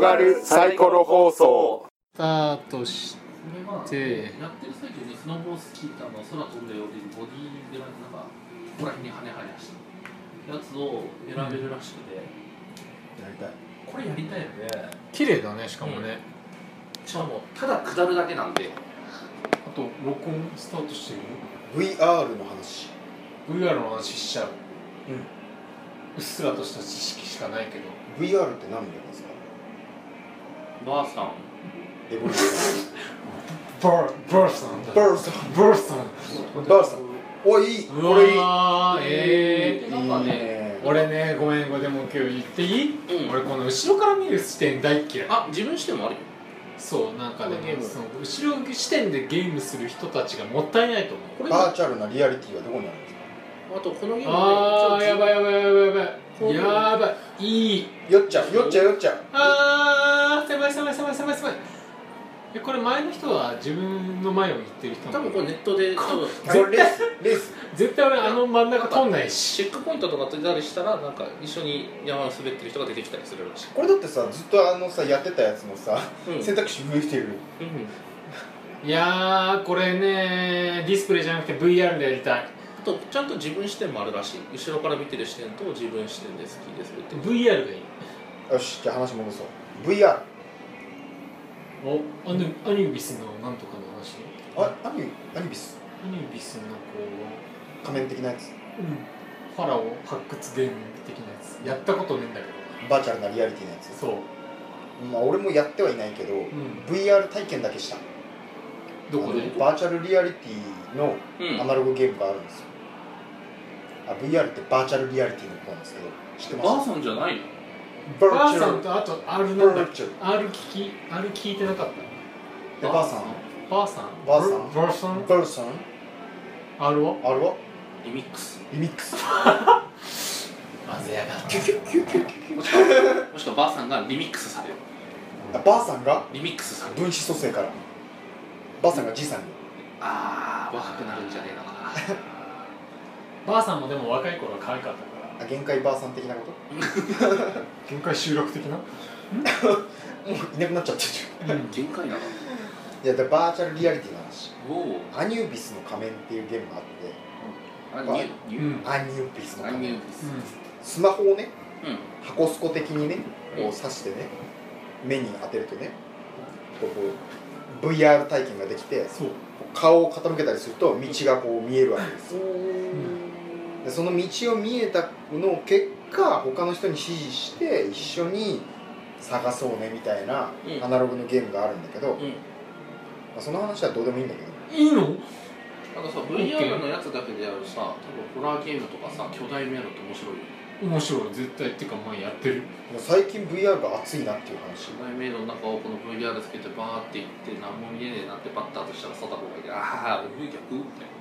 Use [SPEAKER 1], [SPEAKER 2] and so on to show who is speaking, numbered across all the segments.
[SPEAKER 1] がるサイコロ放送
[SPEAKER 2] スタートして
[SPEAKER 3] やってる最中にスノボスキーってあの空飛んだよっていうボディーでなんかここら辺に羽生やしたやつを選べるらしくて、
[SPEAKER 1] やりたい
[SPEAKER 3] これやりたいよね
[SPEAKER 2] 綺麗だねしかもね、
[SPEAKER 3] しかもただ下るだけなんで
[SPEAKER 2] あと録音スタートしてる
[SPEAKER 1] VR の話
[SPEAKER 2] VR の話しちゃううっすらとした知識しかないけど
[SPEAKER 1] VR って何でやるんですか
[SPEAKER 3] ばあさん
[SPEAKER 1] エボリューシ
[SPEAKER 2] バーバースなん
[SPEAKER 1] ョ
[SPEAKER 2] だ
[SPEAKER 1] ンバース
[SPEAKER 2] バースなんだ
[SPEAKER 1] バースおいいいうこれいい
[SPEAKER 2] わーえ
[SPEAKER 3] で
[SPEAKER 2] え
[SPEAKER 3] なんか
[SPEAKER 1] いい
[SPEAKER 3] ね
[SPEAKER 1] ね
[SPEAKER 2] 俺ねごめんごめんでも今日言っていい、
[SPEAKER 3] うん
[SPEAKER 2] 俺この後ろから見る視点大っ嫌い
[SPEAKER 3] あ自分視点もあるよ
[SPEAKER 2] そうなんかで
[SPEAKER 1] ゲー
[SPEAKER 2] も
[SPEAKER 1] ム
[SPEAKER 2] その後ろ視点でゲームする人たちがもったいないと思う
[SPEAKER 3] これ
[SPEAKER 1] バー
[SPEAKER 3] あ
[SPEAKER 1] チャルなリアリティはどこにあるんですか
[SPEAKER 3] とこのゲームね
[SPEAKER 2] あーやばい
[SPEAKER 3] い
[SPEAKER 2] やばいやばいや
[SPEAKER 3] こ
[SPEAKER 2] ば
[SPEAKER 3] う
[SPEAKER 2] いやばいいい
[SPEAKER 1] よっちゃんよっちゃんよっちゃん
[SPEAKER 2] あー狭い狭い狭い狭い狭いえこれ前の人は自分の前を行ってる人な
[SPEAKER 3] 多
[SPEAKER 2] の
[SPEAKER 3] 分これネットで多分
[SPEAKER 1] これレースレース
[SPEAKER 2] 絶対俺あの真ん中通んないし
[SPEAKER 3] チェックポイントとかってたりしたらなんか一緒に山を滑ってる人が出てきたりするらしい、
[SPEAKER 1] これだってさずっとあのさやってたやつのさ
[SPEAKER 3] うん
[SPEAKER 1] 選択肢増えてる
[SPEAKER 3] うん
[SPEAKER 2] いやーこれねディスプレイじゃなくて VR でやりたい
[SPEAKER 3] あとちゃんと自分視点もあるらしい後ろから見てる視点と自分視点で好きですって
[SPEAKER 2] VR がいい
[SPEAKER 1] よしじゃあ話戻そう VR
[SPEAKER 2] おアヌアニビスのなんとかの話
[SPEAKER 1] あアニアニビス
[SPEAKER 2] アニビスのこ
[SPEAKER 1] 仮面的なやつ
[SPEAKER 2] う、うん、ファラオ発掘ゲーム的なやつやったことねえんだけ
[SPEAKER 1] バーチャルなリアリティのやつ
[SPEAKER 2] どそう、
[SPEAKER 1] まあ俺もやってはいないけど、
[SPEAKER 2] ん、
[SPEAKER 1] VR 体験だけした
[SPEAKER 2] どこで
[SPEAKER 1] あのバーチャルリアリティの
[SPEAKER 3] うん
[SPEAKER 1] アナログゲームがあるんですよ、あ VR ってバーチャルリアリティのことなんですけど知って
[SPEAKER 3] ばあ
[SPEAKER 1] ます
[SPEAKER 3] さんじゃないの
[SPEAKER 1] バ
[SPEAKER 2] ばあ
[SPEAKER 1] ーチ
[SPEAKER 2] さ
[SPEAKER 1] ャ
[SPEAKER 2] ん
[SPEAKER 1] ル
[SPEAKER 2] とあと R なんだ
[SPEAKER 1] バーチャル
[SPEAKER 2] R 聞き R 聞いてなかった
[SPEAKER 1] でばあさん
[SPEAKER 2] ばあさん
[SPEAKER 1] ばあさん
[SPEAKER 2] ばあさん
[SPEAKER 1] バーソン
[SPEAKER 2] R は
[SPEAKER 1] あれは
[SPEAKER 3] リミックス
[SPEAKER 1] リミックス
[SPEAKER 2] 鮮やか
[SPEAKER 1] キュキュキュキュキュ
[SPEAKER 3] もしくはもしくはばあさんがリミックスされる
[SPEAKER 1] あばあさんが
[SPEAKER 3] リミックスされる
[SPEAKER 1] 分子組成からばあさんがじいさんに
[SPEAKER 3] ああ若くなるんじゃねえのか
[SPEAKER 2] ばあさんもでも若い頃は可愛かったから
[SPEAKER 1] あ限界ばあさん的なこと
[SPEAKER 2] 限界集落的な
[SPEAKER 1] もういなくなっちゃって
[SPEAKER 3] な限界なの
[SPEAKER 1] るいやでバーチャルリアリティの話
[SPEAKER 3] おお
[SPEAKER 1] アニュービスの仮面っていうゲームがあって
[SPEAKER 3] あ
[SPEAKER 1] ば
[SPEAKER 3] ニューニ
[SPEAKER 2] う
[SPEAKER 3] ュー
[SPEAKER 2] ん
[SPEAKER 1] アニュービスの
[SPEAKER 3] あ
[SPEAKER 1] 仮
[SPEAKER 3] ニ
[SPEAKER 1] 面
[SPEAKER 3] ューです
[SPEAKER 1] スマホをね
[SPEAKER 3] うん
[SPEAKER 1] 箱スコ的にね
[SPEAKER 3] うん
[SPEAKER 1] こう刺してね目に当てるとねこうこう VR 体験ができて
[SPEAKER 2] そう
[SPEAKER 1] こう顔を傾けたりすると道がこう見えるわけですよ
[SPEAKER 3] お
[SPEAKER 1] でその道を見えたのを結果他の人に指示して一緒に探そうねみたいな
[SPEAKER 3] うん
[SPEAKER 1] アナログのゲームがあるんだけど、ま
[SPEAKER 3] うん
[SPEAKER 1] あ、その話はどうでもいいんだけど
[SPEAKER 2] いいの
[SPEAKER 3] なんかさ VR のやつだけでやるさ多分ホラーゲームとかさ巨大迷路って面白いよ
[SPEAKER 2] 面白い絶対っていうか前やってる
[SPEAKER 1] もう最近 VR が熱いなっていう話
[SPEAKER 3] 巨大迷路の中をこの VR つけてバーって行って何も見えねえなってバッターとしたら外方がいてああ逆みたいな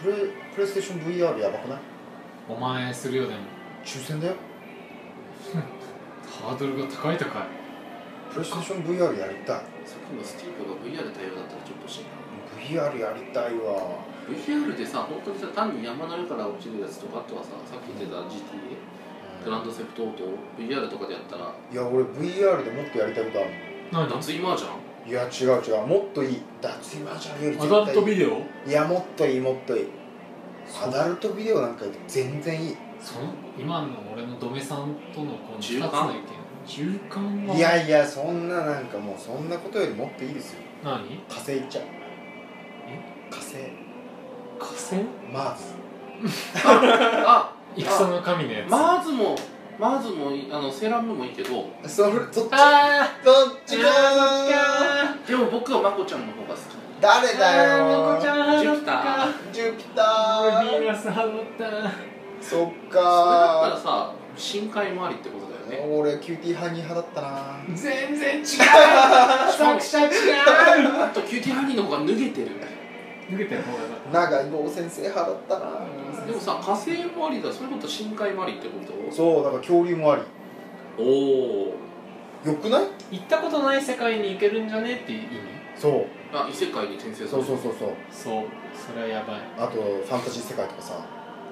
[SPEAKER 1] プレプレイステーション VR やばくない
[SPEAKER 2] お前するよでも
[SPEAKER 1] 抽選だよ
[SPEAKER 2] ハードルが高い高い
[SPEAKER 1] プレイステーション VR やりたい
[SPEAKER 3] さっきのスティーブが VR 対応だったらちょっと欲しいな
[SPEAKER 1] VR やりたいわ
[SPEAKER 3] VR でさ本当にさ単に山の上から落ちるやつとかあとはささっき言ってた GTA グランドセフトオート VR とかでやったら
[SPEAKER 1] いや俺 VR でもっとやりたいことあるの
[SPEAKER 2] 何
[SPEAKER 3] 夏今じゃん
[SPEAKER 1] いや違う違うもっといい脱衣マージャンより絶
[SPEAKER 2] ア
[SPEAKER 1] 対いい
[SPEAKER 2] ダルトビデオ
[SPEAKER 1] いやもっといいもっといいアダルトビデオなんかより全然いい
[SPEAKER 2] その今の俺のドメさんとのこの2つ
[SPEAKER 3] 中
[SPEAKER 2] の
[SPEAKER 3] 間
[SPEAKER 2] 意見中間はい
[SPEAKER 1] やいやそんななんかもうそんなことよりもっといいですよ
[SPEAKER 2] 何
[SPEAKER 1] 火星行っちゃう火星
[SPEAKER 2] 河川
[SPEAKER 1] マーズ
[SPEAKER 3] あ
[SPEAKER 2] 戦の神のやつ
[SPEAKER 3] マーズもマーズもいいあのセーラームーンもいいけど
[SPEAKER 1] それそっち
[SPEAKER 2] あ
[SPEAKER 1] どっ
[SPEAKER 2] ー
[SPEAKER 1] ちか
[SPEAKER 2] あ
[SPEAKER 3] でも僕はまこちゃんの方が好き
[SPEAKER 1] 誰
[SPEAKER 2] ー
[SPEAKER 1] だ
[SPEAKER 2] あー
[SPEAKER 1] よ
[SPEAKER 2] 猫ちゃん
[SPEAKER 3] ジュピター
[SPEAKER 1] ジュピタ
[SPEAKER 2] あー
[SPEAKER 1] ー
[SPEAKER 2] ビーナスハった
[SPEAKER 1] そっ
[SPEAKER 3] それだったら
[SPEAKER 1] か
[SPEAKER 3] さ深海もありってことだよね
[SPEAKER 1] 俺キューティーハニー派だったな
[SPEAKER 2] 全然違う
[SPEAKER 3] 作
[SPEAKER 2] 者違う
[SPEAKER 3] あとキューティーハニーの方が脱げてる
[SPEAKER 2] 抜けた方がよかっ
[SPEAKER 1] 長井坊先生派だったな
[SPEAKER 3] でもさ火星もありだそういうことは深海もありってこと
[SPEAKER 1] そうだから恐竜もあり
[SPEAKER 3] おお
[SPEAKER 1] よくない
[SPEAKER 2] た行ったことない世界に行けるんじゃねっていう意味
[SPEAKER 1] そう
[SPEAKER 3] あ異世界に転生する
[SPEAKER 1] そうそうそうそう
[SPEAKER 2] そうそれはやばい
[SPEAKER 1] あとファンタジー世界とかさ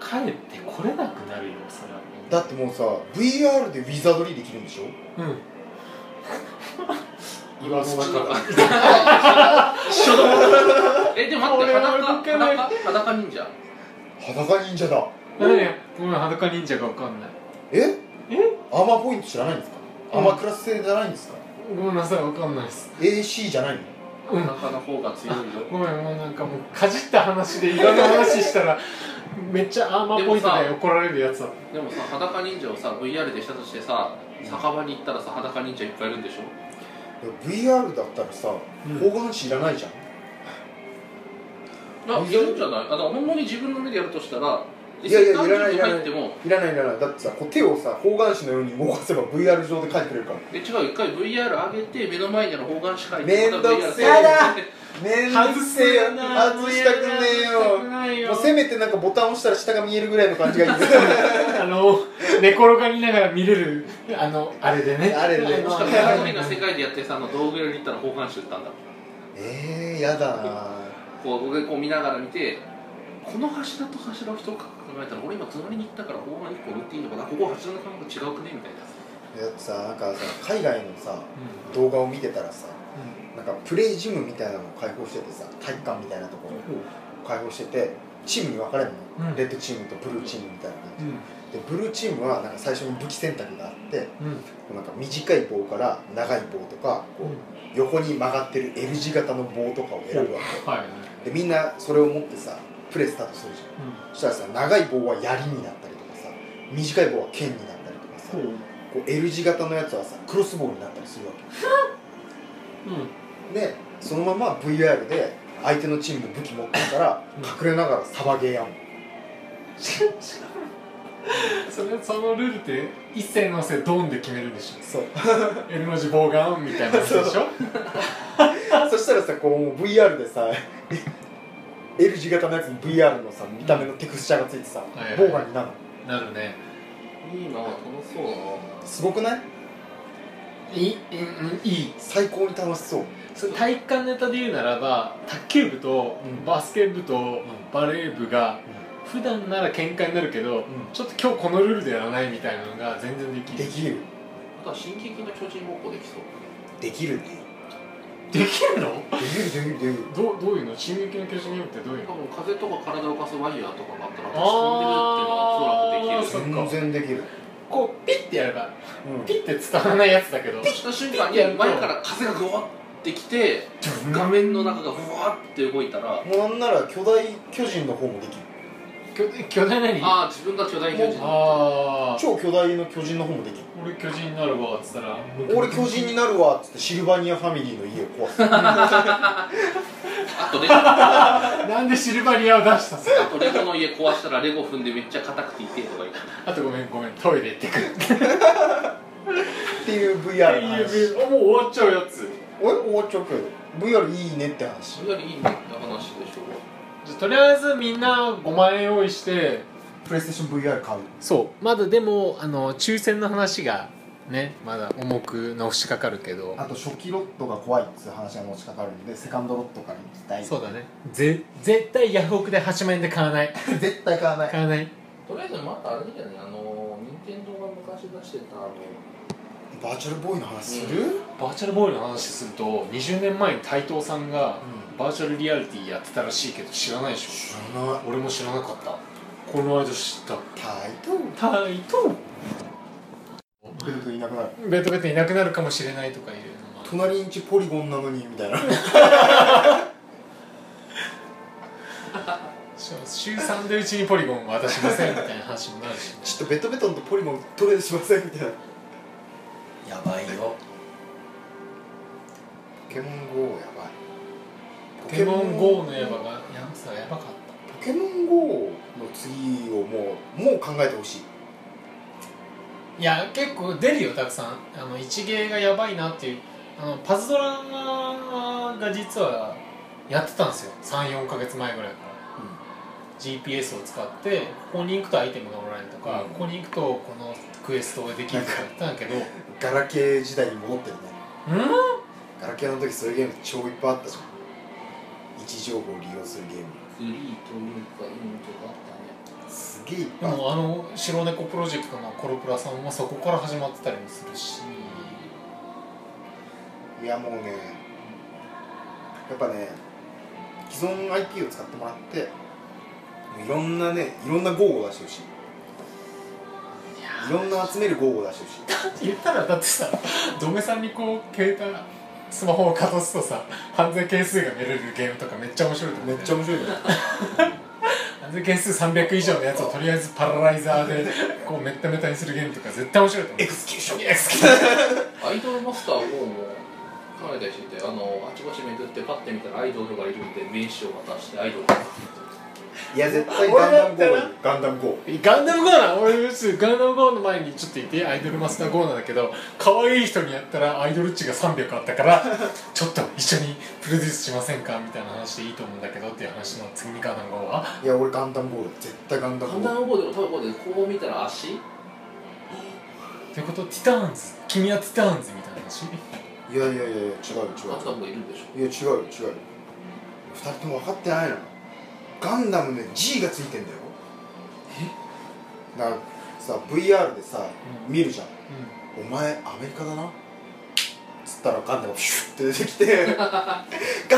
[SPEAKER 2] 帰ってこれなくなるよそれは
[SPEAKER 1] だってもうさ VR でウィザードリーできるんでしょ
[SPEAKER 2] うん
[SPEAKER 1] 今好きだ
[SPEAKER 3] 一緒だえでも待って
[SPEAKER 2] 俺は
[SPEAKER 3] 裸
[SPEAKER 2] 動けない
[SPEAKER 3] 裸裸忍者
[SPEAKER 1] 裸忍者だ
[SPEAKER 2] 何やごめん裸忍者がわかんない
[SPEAKER 1] え
[SPEAKER 2] え
[SPEAKER 1] アーマーポイント知らないんですかアーマークラス製じゃないんですか
[SPEAKER 2] ごめんなさいわかんないです
[SPEAKER 1] AC じゃないの
[SPEAKER 2] うん
[SPEAKER 3] 裸の方が強いよ
[SPEAKER 2] ごめんもうなんかもうかじった話でいろんな話したらめっちゃアーマーポイントで怒られるやつだ
[SPEAKER 3] でもさ裸忍者をさ VR でしたとしてさ酒場に行ったらさ裸忍者いっぱいいるんでしょ
[SPEAKER 1] VR だったらさ
[SPEAKER 2] うん
[SPEAKER 1] 方眼紙いらないじゃん
[SPEAKER 3] あいるんじゃないあだから本当に自分の目でやるとしたら
[SPEAKER 1] いやいやいらないい
[SPEAKER 3] 実
[SPEAKER 1] らな
[SPEAKER 3] 際
[SPEAKER 1] い
[SPEAKER 3] に入っても
[SPEAKER 1] いらないいらないだってさこう手をさ方眼紙のように動かせば VR 上で書いてくれるから
[SPEAKER 3] え違う一回 VR 上げて目の前にある方眼視界
[SPEAKER 1] めんどくせえなめ
[SPEAKER 2] 外せよ
[SPEAKER 1] 外したくねえよ
[SPEAKER 2] え
[SPEAKER 1] もうせめてなんかボタン押したら下が見えるぐらいの感じがいいんです
[SPEAKER 2] あの寝転がりながら見れるあのあれでね
[SPEAKER 1] あれで
[SPEAKER 2] の
[SPEAKER 1] し
[SPEAKER 3] しかも
[SPEAKER 1] ね
[SPEAKER 3] 一人の世界でやってさあの道具屋に行ったら方眼視打ったんだ
[SPEAKER 1] えー、やだな
[SPEAKER 3] こう上こう見ながら見てこの柱と柱を一区画考えたら俺今隣に行ったから方眼一個打っていいのかなここ柱の感覚違うくねみたいな
[SPEAKER 1] だってさなんかさ海外のさ
[SPEAKER 2] う
[SPEAKER 1] 動画を見てたらさ
[SPEAKER 2] ん
[SPEAKER 1] なんかプレイジムみたいなのを開放しててさ体育館みたいなところを開放しててチームに分かれるの、
[SPEAKER 2] うん
[SPEAKER 1] レッドチームとブルーチームみたいな感
[SPEAKER 2] う
[SPEAKER 1] じで
[SPEAKER 2] ん
[SPEAKER 1] ブルーチームはなんか最初に武器選択があって
[SPEAKER 2] うん
[SPEAKER 1] なんか短い棒から長い棒とかこ
[SPEAKER 2] う
[SPEAKER 1] う
[SPEAKER 2] ん
[SPEAKER 1] 横に曲がってる L 字型の棒とかを選ぶわ
[SPEAKER 2] はい
[SPEAKER 1] けでみんなそれを持ってさプレイスタートするじゃんそしたらさ長い棒は槍になったりとかさ短い棒は剣になったりとかさ
[SPEAKER 2] うん
[SPEAKER 1] こう L 字型のやつはさクロスボウになったりするわけでそのまま VR で相手のチームの武器持ってたから
[SPEAKER 2] う
[SPEAKER 1] 隠れながらサバゲーやん
[SPEAKER 2] それそのルールって一斉のせドンで決めるでしょ
[SPEAKER 1] そう
[SPEAKER 2] L の字棒がみたいなやつでしょ
[SPEAKER 1] そしたらさこうもう VR でさ L 字型のやつに VR のさ見た目のテクスチャーがついてさ
[SPEAKER 2] はいはい
[SPEAKER 1] ボウガンになるの
[SPEAKER 2] なるね
[SPEAKER 3] いいな楽しそうだな
[SPEAKER 1] すごくない
[SPEAKER 2] いいうんいい
[SPEAKER 1] 最高に楽しそう
[SPEAKER 2] それ体育館ネタで言うならば卓球部と
[SPEAKER 1] うん
[SPEAKER 2] バスケ部とバレー部が普段なら喧嘩になるけどちょっと今日このルールでやらないみたいなのが全然できる
[SPEAKER 1] できる
[SPEAKER 3] あとは「進撃の巨人」ごっこできそう
[SPEAKER 1] できるね
[SPEAKER 2] できるの
[SPEAKER 1] できるできるできる
[SPEAKER 2] どうどういうの進撃の巨人ゲームってどういう
[SPEAKER 3] 多
[SPEAKER 2] の
[SPEAKER 3] 分風とか体を浮かすワイヤーとかがあったら
[SPEAKER 2] あー
[SPEAKER 3] 飛んでるっていうのはおそらくできる
[SPEAKER 2] そっか
[SPEAKER 1] 全然できる、
[SPEAKER 2] こうピッてやれば
[SPEAKER 1] うん、
[SPEAKER 2] ピッて伝わらないやつだけど
[SPEAKER 3] した瞬間に前から風がグワってきて画面の中がふわって動いたら
[SPEAKER 1] もうなんなら巨大巨人の方もできる
[SPEAKER 2] 巨巨大なに
[SPEAKER 3] ああ自分が巨大巨人だ
[SPEAKER 2] あー
[SPEAKER 1] 超巨大の巨人の方もできる
[SPEAKER 2] 俺巨人になるわっつったら
[SPEAKER 1] 俺巨人になるわっつってシルバニアファミリーの家を壊す
[SPEAKER 3] あとレゴあ
[SPEAKER 2] なんでシルバニアを出したさ
[SPEAKER 3] とレゴの家壊したらレゴ踏んでめっちゃ硬くて痛いとか言う
[SPEAKER 2] あとごめんごめんトイレ行ってくる
[SPEAKER 1] っていう VR の話
[SPEAKER 2] あもう終わっちゃうやつ
[SPEAKER 1] 俺終わっちゃうけど VR いいねって話
[SPEAKER 3] それよりいいねって話でしょ
[SPEAKER 2] じゃあとりあえずみんな5万円用意して
[SPEAKER 1] プレイステーション VR 買う
[SPEAKER 2] そうまだでもあの抽選の話がねまだ重くのしかかるけど
[SPEAKER 1] あと初期ロットが怖いっつう話が持ちかかるんでセカンドロットから行きたい
[SPEAKER 2] そうだねぜ絶対ヤフオクで8万円で買わない
[SPEAKER 1] 絶対買わない
[SPEAKER 2] 買わない
[SPEAKER 3] とりあえずまたあれじゃないあの任天堂が昔出してたあの
[SPEAKER 1] バーチャルボーイの話する、
[SPEAKER 2] バーチャルボーイの話すると20年前に斎藤さんがバーチャルリアリティやってたらしいけど知らないでし
[SPEAKER 1] 知らない
[SPEAKER 2] ょ俺も知らなかったこの間知った
[SPEAKER 1] タイトル
[SPEAKER 2] 斎藤
[SPEAKER 1] ベルトいなくなる
[SPEAKER 2] ベトベトいなくなるかもしれないとかいうのは
[SPEAKER 1] 隣んちポリゴンなのにみたいな
[SPEAKER 2] 週3でうちにポリゴン渡しませんみたいな話もなるし
[SPEAKER 1] ち ょっとベトベトンとポリゴントレードしませんみたいな
[SPEAKER 2] やばいよ
[SPEAKER 1] ポケモン GO やばい
[SPEAKER 2] ポケモン GO のやばがやつはやばかっ
[SPEAKER 1] ポケモン GO の次をもうもう考えてほしい
[SPEAKER 2] たいや結構出るよたくさんあの一芸がやばいなっていうあのパズドラが実はやってたんですよ34か月前ぐらいから GPS を使ってここに行くとアイテムがもらえるとか、
[SPEAKER 1] うん
[SPEAKER 2] ここに行くとこのクエストができるとか言ったんだけどうん
[SPEAKER 1] ガラケー時代に戻ってるねガラケーの時そういうゲーム超いっぱいあったじゃん位置情報を利用するゲーム
[SPEAKER 3] フリーというかうんとかあったね
[SPEAKER 1] すげえいっ
[SPEAKER 2] で
[SPEAKER 1] ぱいあった
[SPEAKER 2] もあの白猫プロジェクトのコロプラさんはそこから始まってたりもするし
[SPEAKER 1] いやもうねやっぱね既存 IP を使ってもらってもういろんなねいろんな豪語を出してほしいいろんな集める豪語を出してほしい
[SPEAKER 2] 言ったらだって さドメさんにこう携帯スマホをかざすとさ犯罪係数が見れるゲームとかめっちゃ面白いと思
[SPEAKER 1] め
[SPEAKER 2] う
[SPEAKER 1] っちゃ面白いね
[SPEAKER 2] 犯罪係数300以上のやつをとりあえずパラライザーでこうめっためたにするゲームとか絶対面白いと思う
[SPEAKER 1] エクスキューション
[SPEAKER 2] いや好きだ
[SPEAKER 3] アイドルマスター4も考えたりしててあのあちこち巡ってパッて見たらアイドルがいるんで名刺を渡してアイドルが
[SPEAKER 1] いや絶対ガンダム GO
[SPEAKER 2] 俺だっ
[SPEAKER 1] ガンダム GO
[SPEAKER 2] ガンダム GO な俺別にガンダム GO の前にちょっといてアイドルマスター GO なんだけど可愛い人にやったらアイドル値が300あったからちょっと一緒にプロデュースしませんかみたいな話でいいと思うんだけどっていう話の次にガンダム GO はい
[SPEAKER 1] や俺ガンダム GO だ絶対ガンダ
[SPEAKER 3] ガ
[SPEAKER 1] ム
[SPEAKER 3] ンダ
[SPEAKER 1] GO
[SPEAKER 3] ム号でも多分こうでこう見たら足
[SPEAKER 2] ということティターンズ君はティターンズみたいな話
[SPEAKER 1] いやいやいやいや違う違う
[SPEAKER 3] ガンダムがいるんでしょ
[SPEAKER 1] いや違うよ違うよ2人とも分かってないのガンダムね G がついてんだよえだからさ VR でさ、
[SPEAKER 2] うん
[SPEAKER 1] 見るじゃん
[SPEAKER 2] う
[SPEAKER 1] お前アメリカだなつったらガンダムがシュッて出てきて「ガ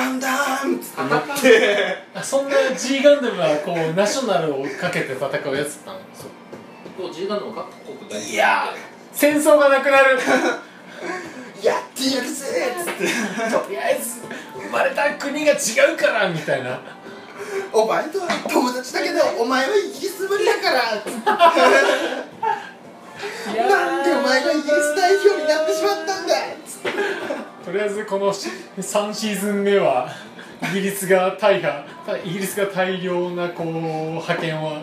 [SPEAKER 1] ンダーン!」っつって乗って
[SPEAKER 2] んあそんな G ガンダムはこうナショナルを追っかけて戦うやつだったの
[SPEAKER 3] こう G ガンダムが各国大好きなんで
[SPEAKER 1] いや
[SPEAKER 2] 戦争がなくなる
[SPEAKER 1] 「やってやるぜ!」っつって
[SPEAKER 2] とりあえず生まれた国が違うからみたいな
[SPEAKER 1] 「お前とは友達だけどお前はイギリスぶりだから」つって「なんでお前がイギリス代表になってしまったんだ!」つって
[SPEAKER 2] とりあえずこのし3シーズン目はイギリスが大破たイギリスが大量なこう派遣は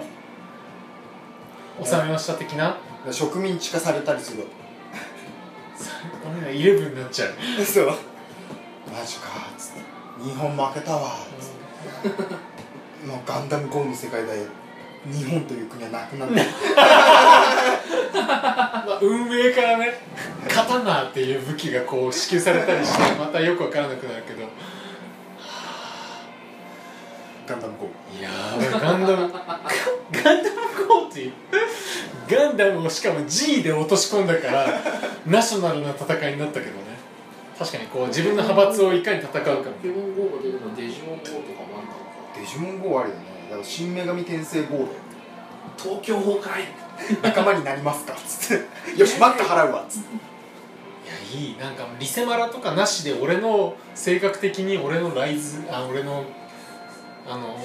[SPEAKER 2] 収めました的な
[SPEAKER 1] 植民地化されたりするわ
[SPEAKER 2] 俺らイレブンになっちゃう
[SPEAKER 1] そうマジかっつって日本負けたわっつってもうガンダム GO の世界で日本という国はなくなって
[SPEAKER 2] まあ、運営からね刀っていう武器がこう支給されたりしてまたよくわからなくなるけど
[SPEAKER 1] ガンダム GO
[SPEAKER 2] いやー ガンダムガガンダムゴーっていうガンダムをしかも G で落とし込んだからナショナルな戦いになったけどね確かにこう自分の派閥をいかに戦うかみたいな
[SPEAKER 3] ポケモン GO が出るのデジモン GO とかもあるのか
[SPEAKER 1] デジモン GO あるよねだから新女神転生 GO だよ
[SPEAKER 3] 東京崩壊
[SPEAKER 1] 仲間になりますかっつって よしマッカ払うわっつって
[SPEAKER 2] いやいいなんかリセマラとかなしで俺の性格的に俺のライズあ俺のあの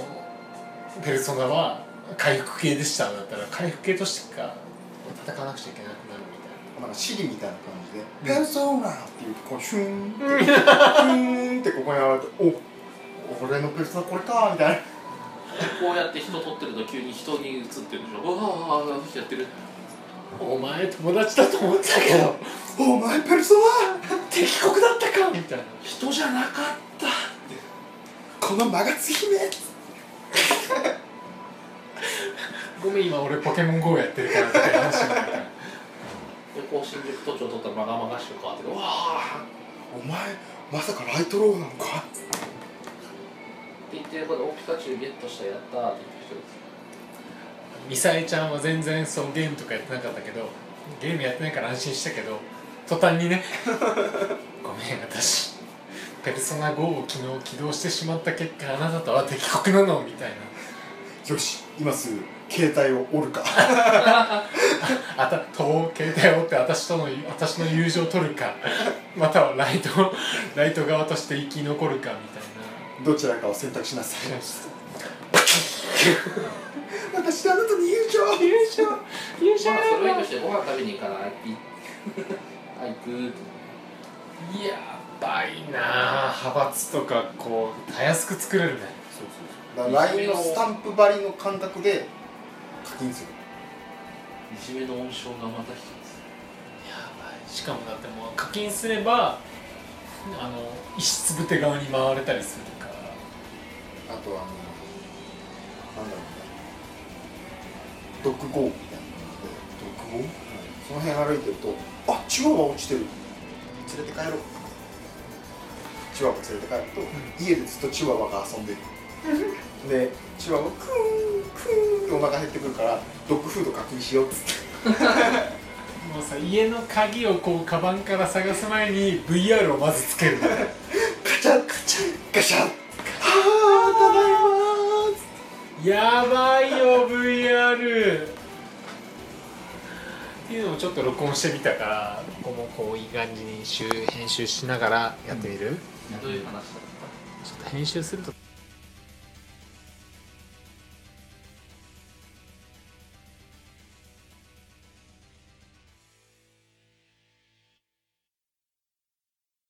[SPEAKER 2] ペルソナは回復系でしただったら回復系としてか戦わなくちゃいけなくなるみたいな
[SPEAKER 1] なんかシリみたいな感じで「
[SPEAKER 2] うん
[SPEAKER 1] ペルソーナ」っていうこうシューンってシューンってここに現れて「お俺のペルソナこれか」みたいな
[SPEAKER 3] こうやって人撮ってると急に人に映ってるでしょわああの人やってる
[SPEAKER 2] お前友達だと思ってたけど
[SPEAKER 1] 「お前ペルソナ
[SPEAKER 2] 敵国だったかみたいな
[SPEAKER 3] 人じゃなかったって
[SPEAKER 1] このマガツ姫」っつって
[SPEAKER 2] ごめん今俺ポケモン GO やってるからみたいな話になるから
[SPEAKER 3] でこう新宿都庁取ったらまがまがしく変わってるわあっ
[SPEAKER 1] お前まさかライトローなのか
[SPEAKER 3] て言ってこれオピカチュウゲットしたやったーって言ってる人です
[SPEAKER 2] ミサエちゃんは全然そうゲームとかやってなかったけどゲームやってないから安心したけど途端に ねごめん私ペルソナ5を昨日起動してしまった結果あなたとは敵国なのみたい
[SPEAKER 1] よし今すぐ携帯を折るか
[SPEAKER 2] なあた統計だよって私との私の友情を取るかまたはライトライト側として生き残るかみたいな
[SPEAKER 1] どちらかを選択しなさい私とあなたに友
[SPEAKER 2] 友情友情
[SPEAKER 3] まあそれはいいとしてご飯食べに行かないい あ行くーって
[SPEAKER 2] やばいなあ派閥とかこうたやすく作れるね
[SPEAKER 1] 情だから LINE のスタンプ張りの感覚で課金する
[SPEAKER 3] いじめの温床がまた一つ
[SPEAKER 2] やばいしかもだってもう課金すればあの石つぶて側に回れたりするから
[SPEAKER 1] あとはあのなんだろうね毒語みたいな毒語、その辺歩いてるとあチワワ落ちてる連れて帰ろうチワワ連れて帰ると、家でずっとチワワが遊んでるでチワワクーンクーンってお腹減ってくるからドッグフード確認しようっつって
[SPEAKER 2] ももうさ家の鍵をこうカバンから探す前に VR をまずつける
[SPEAKER 1] カチャッカチャッガシャッはあ
[SPEAKER 2] やばいよ VR っていうのをちょっと録音してみたからここもこういい感じに集編集しながらやってみる、ちょ
[SPEAKER 3] どういう話だった
[SPEAKER 2] っと編集すると